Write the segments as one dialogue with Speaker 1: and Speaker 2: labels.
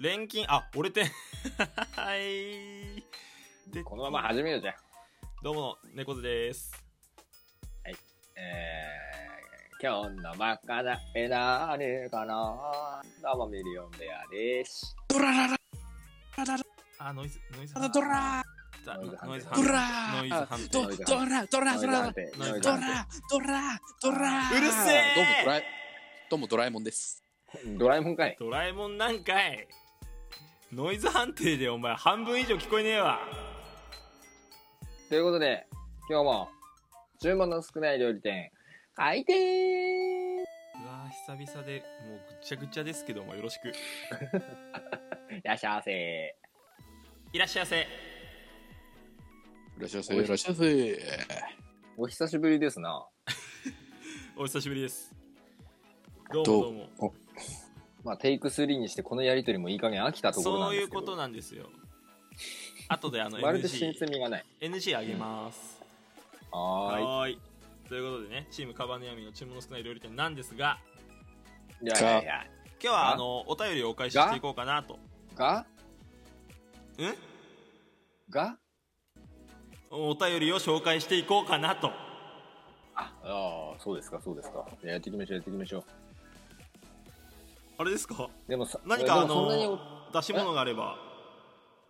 Speaker 1: 錬金、あ、俺て、はい。で
Speaker 2: このまま始めるじゃん。
Speaker 1: どうも、猫背です。
Speaker 2: えー、今日のまかなえなにかなどうもミリオンベアです。
Speaker 3: ドラララ
Speaker 1: あ、ノイズ、ノイズ
Speaker 3: ラドラ
Speaker 1: だ
Speaker 2: ノイズ判定
Speaker 1: ノイズ判定
Speaker 3: ドラ
Speaker 1: ノイズ判定。
Speaker 3: ドドラドラドラ
Speaker 1: ノイズ
Speaker 3: ド
Speaker 1: 判
Speaker 3: ラドラドラ
Speaker 1: うるせえ
Speaker 3: どうもドラえどうもドラえもんです
Speaker 2: ドラえもんかい。
Speaker 1: ドラえもんなんかい。ノイズ判定でお前半分以上聞こえねえわ。
Speaker 2: ということで、今日も、注文の少ない料理店、開店
Speaker 1: うわー久々でもうぐっちゃぐちゃですけどもよろしく。
Speaker 2: いらっしゃいませ。
Speaker 1: いらっしゃいませ。
Speaker 3: いらっしゃいませいらっしゃいませ
Speaker 2: お久しぶりですな。
Speaker 1: お久しぶりです。どうもどうも。
Speaker 2: まあ、テイク3にしてこのやりとりもいい加減飽きたところなん
Speaker 1: そう
Speaker 2: で
Speaker 1: い
Speaker 2: す
Speaker 1: う
Speaker 2: けど。
Speaker 1: ことなんですよ。後であの
Speaker 2: まる
Speaker 1: NG
Speaker 2: で新、鮮味がない。
Speaker 1: NG あげます。
Speaker 2: はーい。
Speaker 1: はーい。ということでね、チームカバネアミの注文の少ない料理店なんですが、
Speaker 2: いやいやいや。
Speaker 1: 今日は
Speaker 2: が
Speaker 1: あのお便りをお返ししていこうかなと。
Speaker 2: が
Speaker 1: うん
Speaker 2: が
Speaker 1: お便りを紹介していこうかなと。
Speaker 2: ああー、そうですか、そうですか。いややっていきましょう、やっていきましょう。
Speaker 1: あれですか
Speaker 2: でもさ、
Speaker 1: 何かあ
Speaker 2: でもそんなに
Speaker 1: の出し物があれば。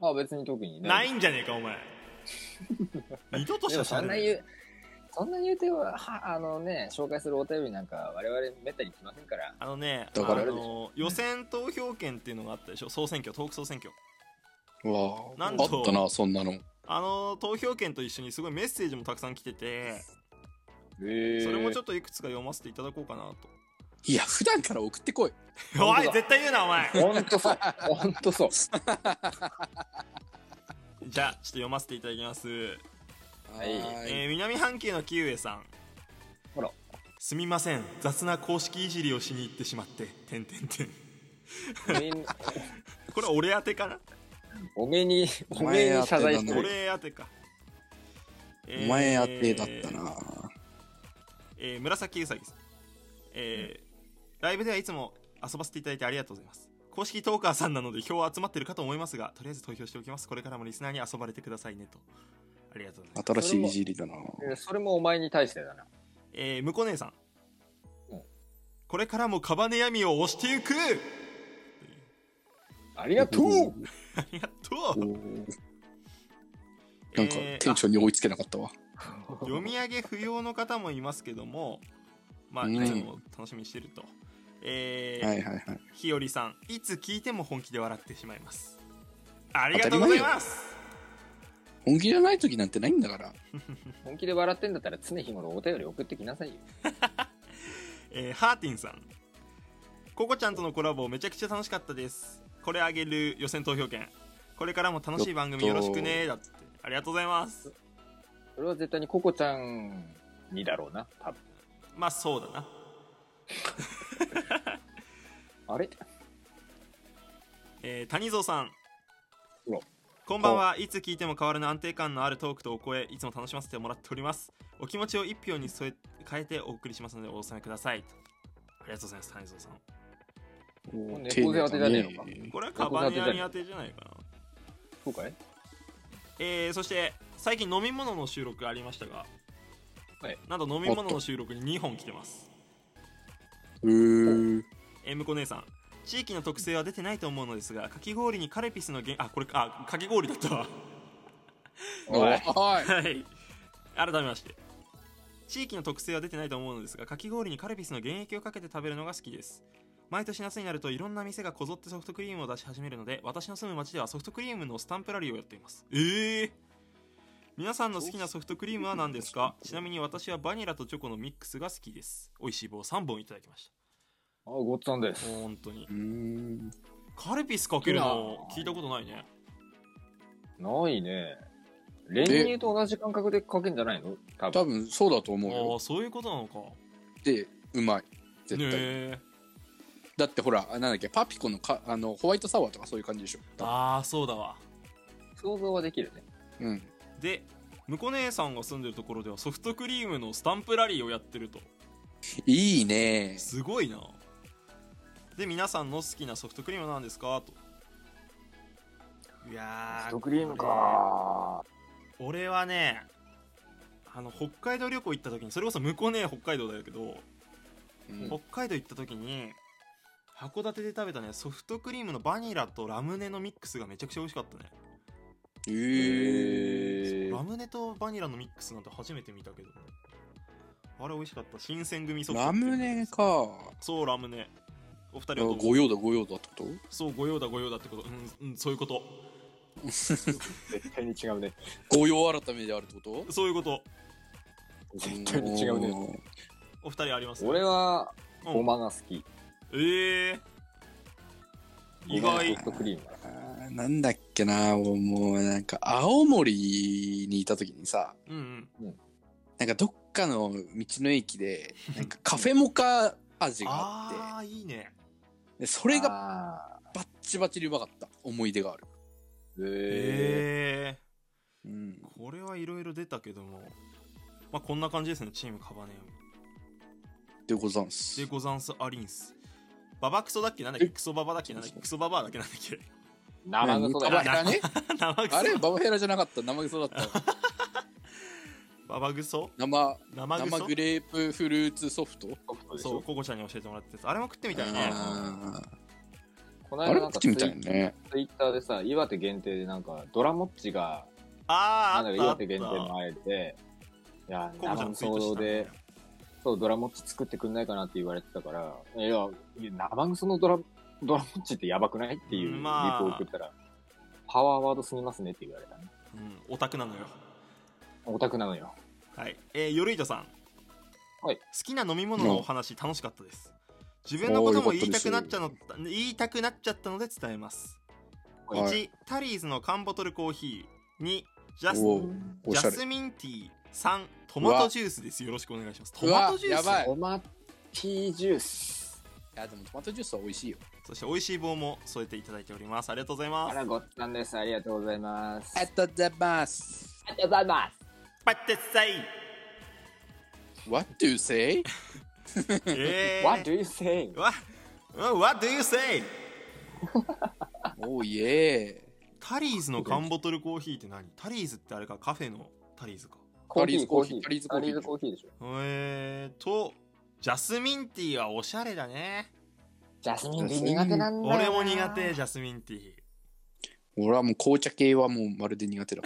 Speaker 2: お、あ別に特にね。
Speaker 1: ないんじゃねえかお 前二度としたら
Speaker 2: でも
Speaker 1: しゃ
Speaker 2: そ
Speaker 1: あ
Speaker 2: んな
Speaker 1: ない
Speaker 2: 言う、そんな言うては、はあのね、紹介するお便りなんか、我々めったに来ませんから。
Speaker 1: あのねあ
Speaker 3: だから
Speaker 2: あれでし
Speaker 1: の予選投票権っていうのがあったでしょ総選挙東北総選挙
Speaker 3: うわあ
Speaker 1: なんと
Speaker 3: あったなそんなの
Speaker 1: あの投票権と一緒にすごいメッセージもたくさん来てて
Speaker 2: そ
Speaker 1: それもちょ
Speaker 2: っ
Speaker 1: っといくつか読ませていただこうかなと、
Speaker 3: いや普段から送ってこい
Speaker 1: お
Speaker 2: 本当
Speaker 1: い
Speaker 2: だ
Speaker 1: 絶対言うなお前
Speaker 2: ほんとそう。ほん とそう。
Speaker 1: じゃあちょっと読ませていただきます、
Speaker 2: い
Speaker 3: はーい
Speaker 1: えー南半球のキウエさん
Speaker 2: ほら
Speaker 1: すみません雑な公式いじりをしに行ってしまっててんてんてん
Speaker 2: みん
Speaker 1: これ俺宛てかな
Speaker 2: おめえに、おめえに謝罪して
Speaker 3: お前やってんだ
Speaker 2: る。
Speaker 1: 俺宛てか
Speaker 3: お前宛てだったな
Speaker 1: えー、紫うさぎさん、えーライブではいつも遊ばせていただいてありがとうございます公式トーカーさんなので票は集まってるかと思いますがとりあえず投票しておきますこれからもリスナーに遊ばれてくださいねとありがとうございます、
Speaker 3: 新しいいじりだな
Speaker 2: えそれもお前に対してだな。
Speaker 1: えー、むこ姉さん、
Speaker 2: うん
Speaker 1: これからもカバネヤミを押していく
Speaker 2: ありがとう
Speaker 1: あ りがと
Speaker 3: お
Speaker 1: う
Speaker 3: ーなんか
Speaker 1: えー
Speaker 3: テンションに追いつけなかったわ
Speaker 1: あ読み上げ不要の方もいますけどもまあ
Speaker 3: うん
Speaker 1: いつも楽しみにしてると、えー
Speaker 3: はいはいはい
Speaker 1: ひよりさんいつ聞いても本気で笑ってしまいますありがとうございます
Speaker 3: 本気じゃない時なんてないんだから
Speaker 2: 本気で笑ってんだったら常日頃お便り送ってきなさいよ。
Speaker 1: えーハーティンさんココちゃんとのコラボめちゃくちゃ楽しかったですこれあげる予選投票権これからも楽しい番組よろしくねだってありがとうございます
Speaker 2: それは絶対にココちゃんにだろうな、多分。
Speaker 1: まあそうだな
Speaker 2: あれ
Speaker 1: えー谷蔵さん
Speaker 2: うわ
Speaker 1: こんばんはいつ聞いても変わらぬ安定感のあるトークとお声いつも楽しませてもらっておりますお気持ちを一票に添え変えてお送りしますのでお納めくださいとありがとうございます谷蔵さん
Speaker 3: おー
Speaker 2: 猫背当てじゃねえのか
Speaker 3: 丁寧だ
Speaker 1: これはカバネアに当てじゃないかな
Speaker 2: そうかい
Speaker 1: えー、そして最近飲み物の収録ありましたが、
Speaker 2: はい
Speaker 1: なんと飲み物の収録に2本来てます
Speaker 3: うーん
Speaker 1: えーむこ姉さん地域の特性は出てないと思うのですがかき氷にカルピスの原あこれあかき氷だったわ
Speaker 2: おい。
Speaker 3: おい
Speaker 1: はい改めまして地域の特性は出てないと思うのですがかき氷にカルピスの原液をかけて食べるのが好きです毎年夏になるといろんな店がこぞってソフトクリームを出し始めるので私の住む町ではソフトクリームのスタンプラリーをやっていますええ皆さんの好きなソフトクリームは何ですかちなみに私はバニラとチョコのミックスが好きです美味しい棒3本いただきまし
Speaker 2: あ、ごっつぁんです
Speaker 1: た。本当に
Speaker 3: うーん
Speaker 1: カルピスかけるの聞いたことないね
Speaker 2: ないね。練乳と同じ感覚でかけんじゃないの多分。
Speaker 3: 多分そうだと
Speaker 1: あ
Speaker 3: 思
Speaker 1: あ
Speaker 3: うよ
Speaker 1: ーそういうことなのか
Speaker 3: でうまい絶
Speaker 1: ね
Speaker 3: 対、
Speaker 1: え
Speaker 3: だってほらあなんだっけパピコのかあのホワイトサワーとかそういう感じでしょ
Speaker 1: ああそうだわ
Speaker 2: 想像はできるね。
Speaker 3: うん
Speaker 1: で向こう姉さんが住んでるところではソフトクリームのスタンプラリーをやってると
Speaker 3: いいね
Speaker 1: すごいなで皆さんの好きなソフトクリームは何ですかといや
Speaker 2: ソフ
Speaker 1: ー
Speaker 2: トクリームか
Speaker 1: 俺はねあの北海道旅行行った時にそれこそ向こうね北海道だけど、
Speaker 3: うん
Speaker 1: 北海道行った時に函館で食べたねソフトクリームのバニラとラムネのミックスがめちゃくちゃ美味しかったね、
Speaker 3: え
Speaker 1: そう
Speaker 3: ー
Speaker 1: ラムネとバニラのミックスなんて初めて見たけどあれ美味しかった新選組ソフト
Speaker 3: ラ
Speaker 1: っていう
Speaker 3: ムネか
Speaker 1: そうラムネお二人はどう
Speaker 3: ご用だご用だってこと
Speaker 1: そう御用だ御用だってことうん、うん、そういうこと
Speaker 2: 絶対に違うね
Speaker 3: ご用改めであるってこと
Speaker 1: そういうこと
Speaker 2: 絶対に違うね
Speaker 3: ね
Speaker 1: お二人あります
Speaker 2: 俺は
Speaker 1: うん
Speaker 2: ごまが好き
Speaker 1: ええ意
Speaker 2: ごまの
Speaker 1: 外
Speaker 2: ソフトクリーム
Speaker 3: なんだっけなもうもうなんか青森にいた時にさ
Speaker 1: うんうん
Speaker 3: なんかどっかの道の駅でなんかカフェモカ味があっ
Speaker 1: ああーいいね
Speaker 3: てでそれが
Speaker 2: が
Speaker 3: バッチバチにうまかった思い出がある、
Speaker 2: へえ
Speaker 1: ええ
Speaker 3: うん、
Speaker 1: これはいろいろ出たけどもまあこんな感じですねチームカバネ
Speaker 3: でござん
Speaker 1: ウ
Speaker 3: す
Speaker 1: でござんすアリンスババクソだっけなんだっけクソババだっけなんだっけクソババアだっけなんだっけ
Speaker 2: 生臭
Speaker 3: ババ
Speaker 2: だ
Speaker 3: ヘラね
Speaker 1: 生クソ
Speaker 3: あれババヘラじゃなかった生臭だった
Speaker 1: ババグソ
Speaker 3: 生
Speaker 1: 生グ
Speaker 3: 生
Speaker 1: ソ
Speaker 3: グレープフルーツソフト
Speaker 1: そうココちゃんに教えてもらってたやつあれも食ってみたいね
Speaker 3: あ
Speaker 2: こ
Speaker 3: ー
Speaker 2: の
Speaker 3: あ
Speaker 2: 間
Speaker 3: れ
Speaker 2: なん
Speaker 3: 食
Speaker 2: か
Speaker 3: っ
Speaker 2: ツ
Speaker 3: て
Speaker 2: イ
Speaker 3: みたいね
Speaker 2: ツイッターでさ岩手限定でなんかドラモッチが
Speaker 1: あ
Speaker 2: なん
Speaker 1: あ
Speaker 2: だ
Speaker 1: あ
Speaker 2: か
Speaker 1: ったあった
Speaker 2: 岩手限定のあえていや
Speaker 1: ココちゃ
Speaker 2: 生
Speaker 1: ん
Speaker 2: の
Speaker 1: ツイート
Speaker 2: 衝
Speaker 1: し
Speaker 2: 動
Speaker 1: たね
Speaker 2: でそうドラモッチ作ってくんないかなって言われてたからいやいや生臭のドラドラモッチってやばくないっていうリ
Speaker 1: うんまあ
Speaker 2: プを送ったら、パワーワードすぎますねって言われたね
Speaker 1: うんオタクなのよ
Speaker 2: オタクなのよ
Speaker 1: はい、えー、よるいとさん、
Speaker 2: はい
Speaker 1: 好きな飲み物のお話楽しかったです自分のことも言いたくなっちゃの言いたくなっちゃったので伝えます、
Speaker 2: はい
Speaker 1: 1タリーズの缶ボトルコーヒー2ジャス
Speaker 3: おうお
Speaker 1: ジ
Speaker 3: しゃ
Speaker 1: ャ
Speaker 3: れ
Speaker 1: スミンティー3トマトジュースですよろしくお願いしますト
Speaker 3: うわ
Speaker 1: マトジュ
Speaker 3: やば
Speaker 1: ー
Speaker 3: い
Speaker 1: ス
Speaker 2: トマティージュース
Speaker 3: いやでもトマトジュースは美味しいよ
Speaker 1: そして美味しい棒も添えていただいておりますありがとうござい
Speaker 2: あ
Speaker 1: ます
Speaker 2: らごったんですありがとうございます
Speaker 3: りがとうございます
Speaker 2: ありがとうございます
Speaker 1: パッテッサイ
Speaker 3: What do you say?
Speaker 1: えー
Speaker 2: What do you say?
Speaker 1: わうん What do you say?
Speaker 3: oh yeah
Speaker 1: タリーズの缶ボトルコーヒーって何タリーズってあれかカフェのタリーズか
Speaker 2: コーヒーコーヒー
Speaker 3: タリーズコーヒ
Speaker 2: タリ
Speaker 3: ー
Speaker 2: ーズコーヒーでしょ
Speaker 1: えーとジャスミンティーはおしゃれだね
Speaker 2: ジャスミンティー苦手なんだよ
Speaker 1: 俺
Speaker 2: な
Speaker 1: も苦手ジャスミンティー
Speaker 3: 俺はもう紅茶系はもうまるで苦手だ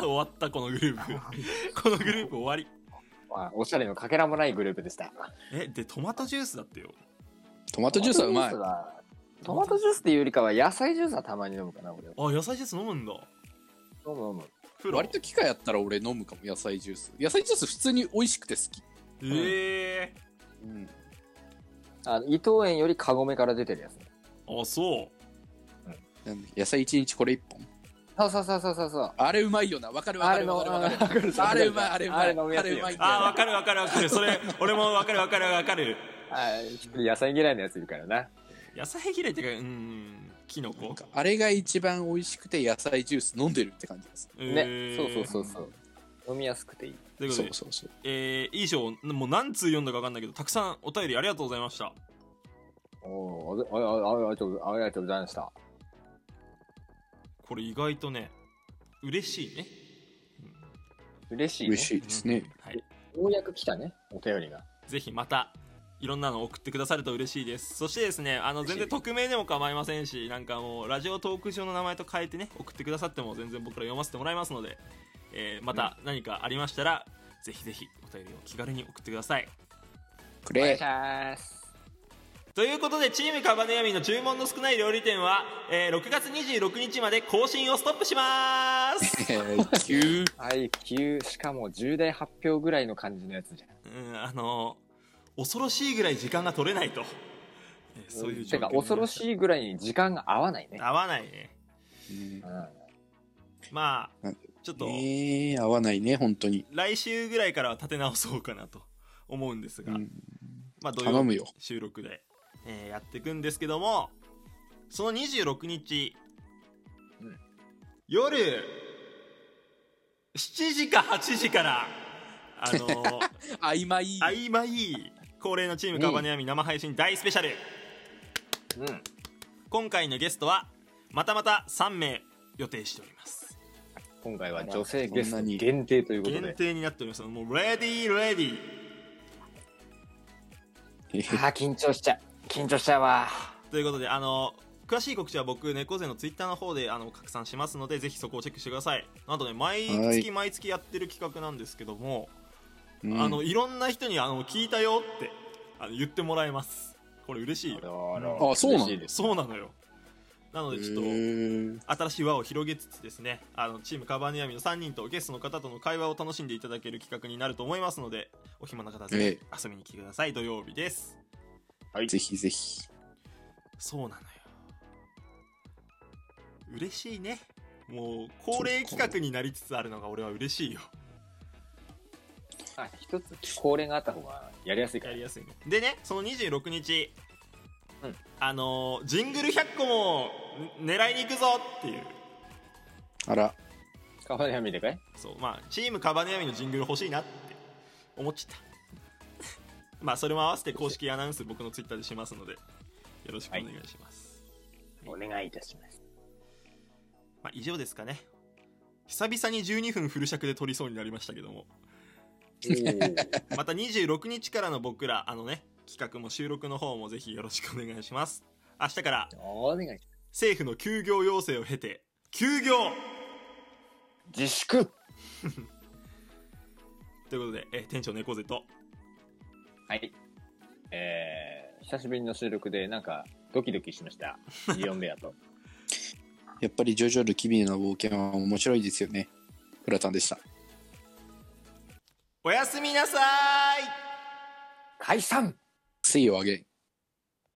Speaker 1: 終わったこのグルー プこのグループ終わり
Speaker 2: まあおしゃれのかけらもないグループでした
Speaker 1: えでトマトジュースだってよ
Speaker 3: トマトジュースはうまい
Speaker 2: いトマトジュースっていうよりかは野菜ジュースはたまに飲むかな俺は
Speaker 1: あ野菜ジュース飲むんだ
Speaker 2: 飲む飲む
Speaker 1: プロ
Speaker 3: 割と機会あったら俺飲むかも野菜ジュース野菜ジュース普通に美味しくて好き、
Speaker 1: え
Speaker 3: うん、
Speaker 2: あの伊藤園よりカゴメから出てるやつね
Speaker 1: ー、あそう
Speaker 3: なんだ野菜一日これ一本
Speaker 2: そうそうそうそうそうそう
Speaker 3: あれうまいよなわかるわ
Speaker 2: あ
Speaker 3: か
Speaker 2: れ
Speaker 3: る
Speaker 2: の
Speaker 3: わかるわかるあ
Speaker 2: あ
Speaker 3: れうまいあれうまい
Speaker 2: あれ飲みやすいよ
Speaker 3: あれうまいんだよ
Speaker 1: あーわかるわかるわかるそれ俺もわかるわかるわかる
Speaker 2: あ野菜嫌いのやついるからな
Speaker 1: 野菜嫌いってかうんキノ
Speaker 3: なん
Speaker 1: コ
Speaker 3: かあれが一番美味しくて野菜ジュース飲んでるって感じです
Speaker 2: ねそうそうそううそう飲みやすくていい
Speaker 1: ということ
Speaker 3: そ
Speaker 1: で
Speaker 3: う、そうそう
Speaker 1: えー、いい賞もう何通読んだか分かんないけどたくさんお便りありがとうございました
Speaker 2: おーあああありがとうありがとうございました
Speaker 1: これ意外とね嬉しいね
Speaker 2: 嬉しいね
Speaker 3: 嬉しいですね、
Speaker 1: はい、
Speaker 2: ようやく来たねお便りが
Speaker 1: ぜひまたいろんなの送ってくださると嬉しいですそしてですねあの全然匿名でも構いませんしなんかもうラジオトーク上の名前と変えてね送ってくださっても全然僕ら読ませてもらいますので、えーまた何かありましたら、ぜひぜひお便りを気軽に送ってください
Speaker 3: く
Speaker 2: お願い
Speaker 3: れ
Speaker 2: します
Speaker 1: ということでチームカバネヤミの注文の少ない料理店は、えー6月26日まで更新をストップします
Speaker 3: 急
Speaker 2: はい、急、しかも重大発表ぐらいの感じのやつじゃ
Speaker 1: う
Speaker 2: ん。
Speaker 1: んあの恐ろしいぐらい時間が取れないと、えーそういう状況
Speaker 2: てか、恐ろ
Speaker 1: い
Speaker 2: しいぐらいに時間が合わないね。
Speaker 1: 合わないね
Speaker 3: うん
Speaker 1: まあ
Speaker 3: なんで
Speaker 1: ちょっと、
Speaker 3: ねえ合わないね本当に、
Speaker 1: 来週ぐらいからは立て直そうかなと思うんです
Speaker 3: う
Speaker 1: が、
Speaker 3: ん、
Speaker 1: まあ土
Speaker 3: 頼
Speaker 1: 曜
Speaker 3: む
Speaker 1: 日
Speaker 3: よ
Speaker 1: 収録で、えーやっていくんですけどもその26日、
Speaker 2: うん
Speaker 1: 夜7時か8時からあのー、
Speaker 3: 曖昧
Speaker 1: 曖昧恒例のチームカバネアミ生配信大スペシャル、
Speaker 2: うん。
Speaker 1: 今回のゲストはまたまた3名予定しております
Speaker 2: 今回は女性ゲス
Speaker 3: そんな
Speaker 2: ト
Speaker 3: に
Speaker 2: 限定ということ
Speaker 1: 限
Speaker 2: で。
Speaker 1: 定になっておりますもうレディーレディー
Speaker 2: あー、緊張しちゃう。緊張しちゃうわ。
Speaker 1: ということであの詳しい告知は僕猫背のツイッターの方であの拡散しますのでぜひそこをチェックしてくださいなんとね毎
Speaker 3: はい
Speaker 1: 月毎月やってる企画なんですけども、
Speaker 3: うん
Speaker 1: あのいろんな人にあの聞いたよってあの言ってもらえますこれ嬉しいよ
Speaker 3: あそうなの
Speaker 2: 嬉しいです
Speaker 1: そうなのよなのでちょっと
Speaker 3: へー
Speaker 1: 新しい輪を広げつつですねあのチームカバーニアミの3人とゲストの方との会話を楽しんでいただける企画になると思いますのでお暇な方はぜ
Speaker 3: え
Speaker 1: ひ遊びに来てください土曜日です
Speaker 2: はい。
Speaker 3: ぜひぜひ。
Speaker 1: そうなのよ嬉しいねもう恒例企画になりつつあるのが俺は嬉しいよ
Speaker 2: あ一つ恒例があった方がやりやすいか
Speaker 1: や
Speaker 2: ら。
Speaker 1: りやすいねでねその26日、
Speaker 2: うん
Speaker 1: あのージングル100個もん狙いに行くぞっていう
Speaker 3: あら、
Speaker 2: カフェは見てかい
Speaker 1: そうまあチームカバネアミのジングル欲しいなって思っちゃった まあそれも合わせて公式アナウンス僕のツイッターでしますのでよろしくお願いします、
Speaker 2: お願いいたします。
Speaker 1: まあ以上ですかね久々に12分フル尺で撮りそうになりましたけどもまた26日からの僕らあのね企画も収録の方もぜひよろしくお願いします明日から
Speaker 2: お願いします。
Speaker 1: 政府の休業要請を経て休業
Speaker 2: 自粛
Speaker 1: ということでえ店長猫背と
Speaker 2: はい。えー、久しぶりの収録でなんかドキドキしました。イオンベアと。
Speaker 3: やっぱりジョジョの奇妙な冒険は面白いですよね。フラタンでした。
Speaker 1: おやすみなさーい
Speaker 2: 解散
Speaker 3: See you again.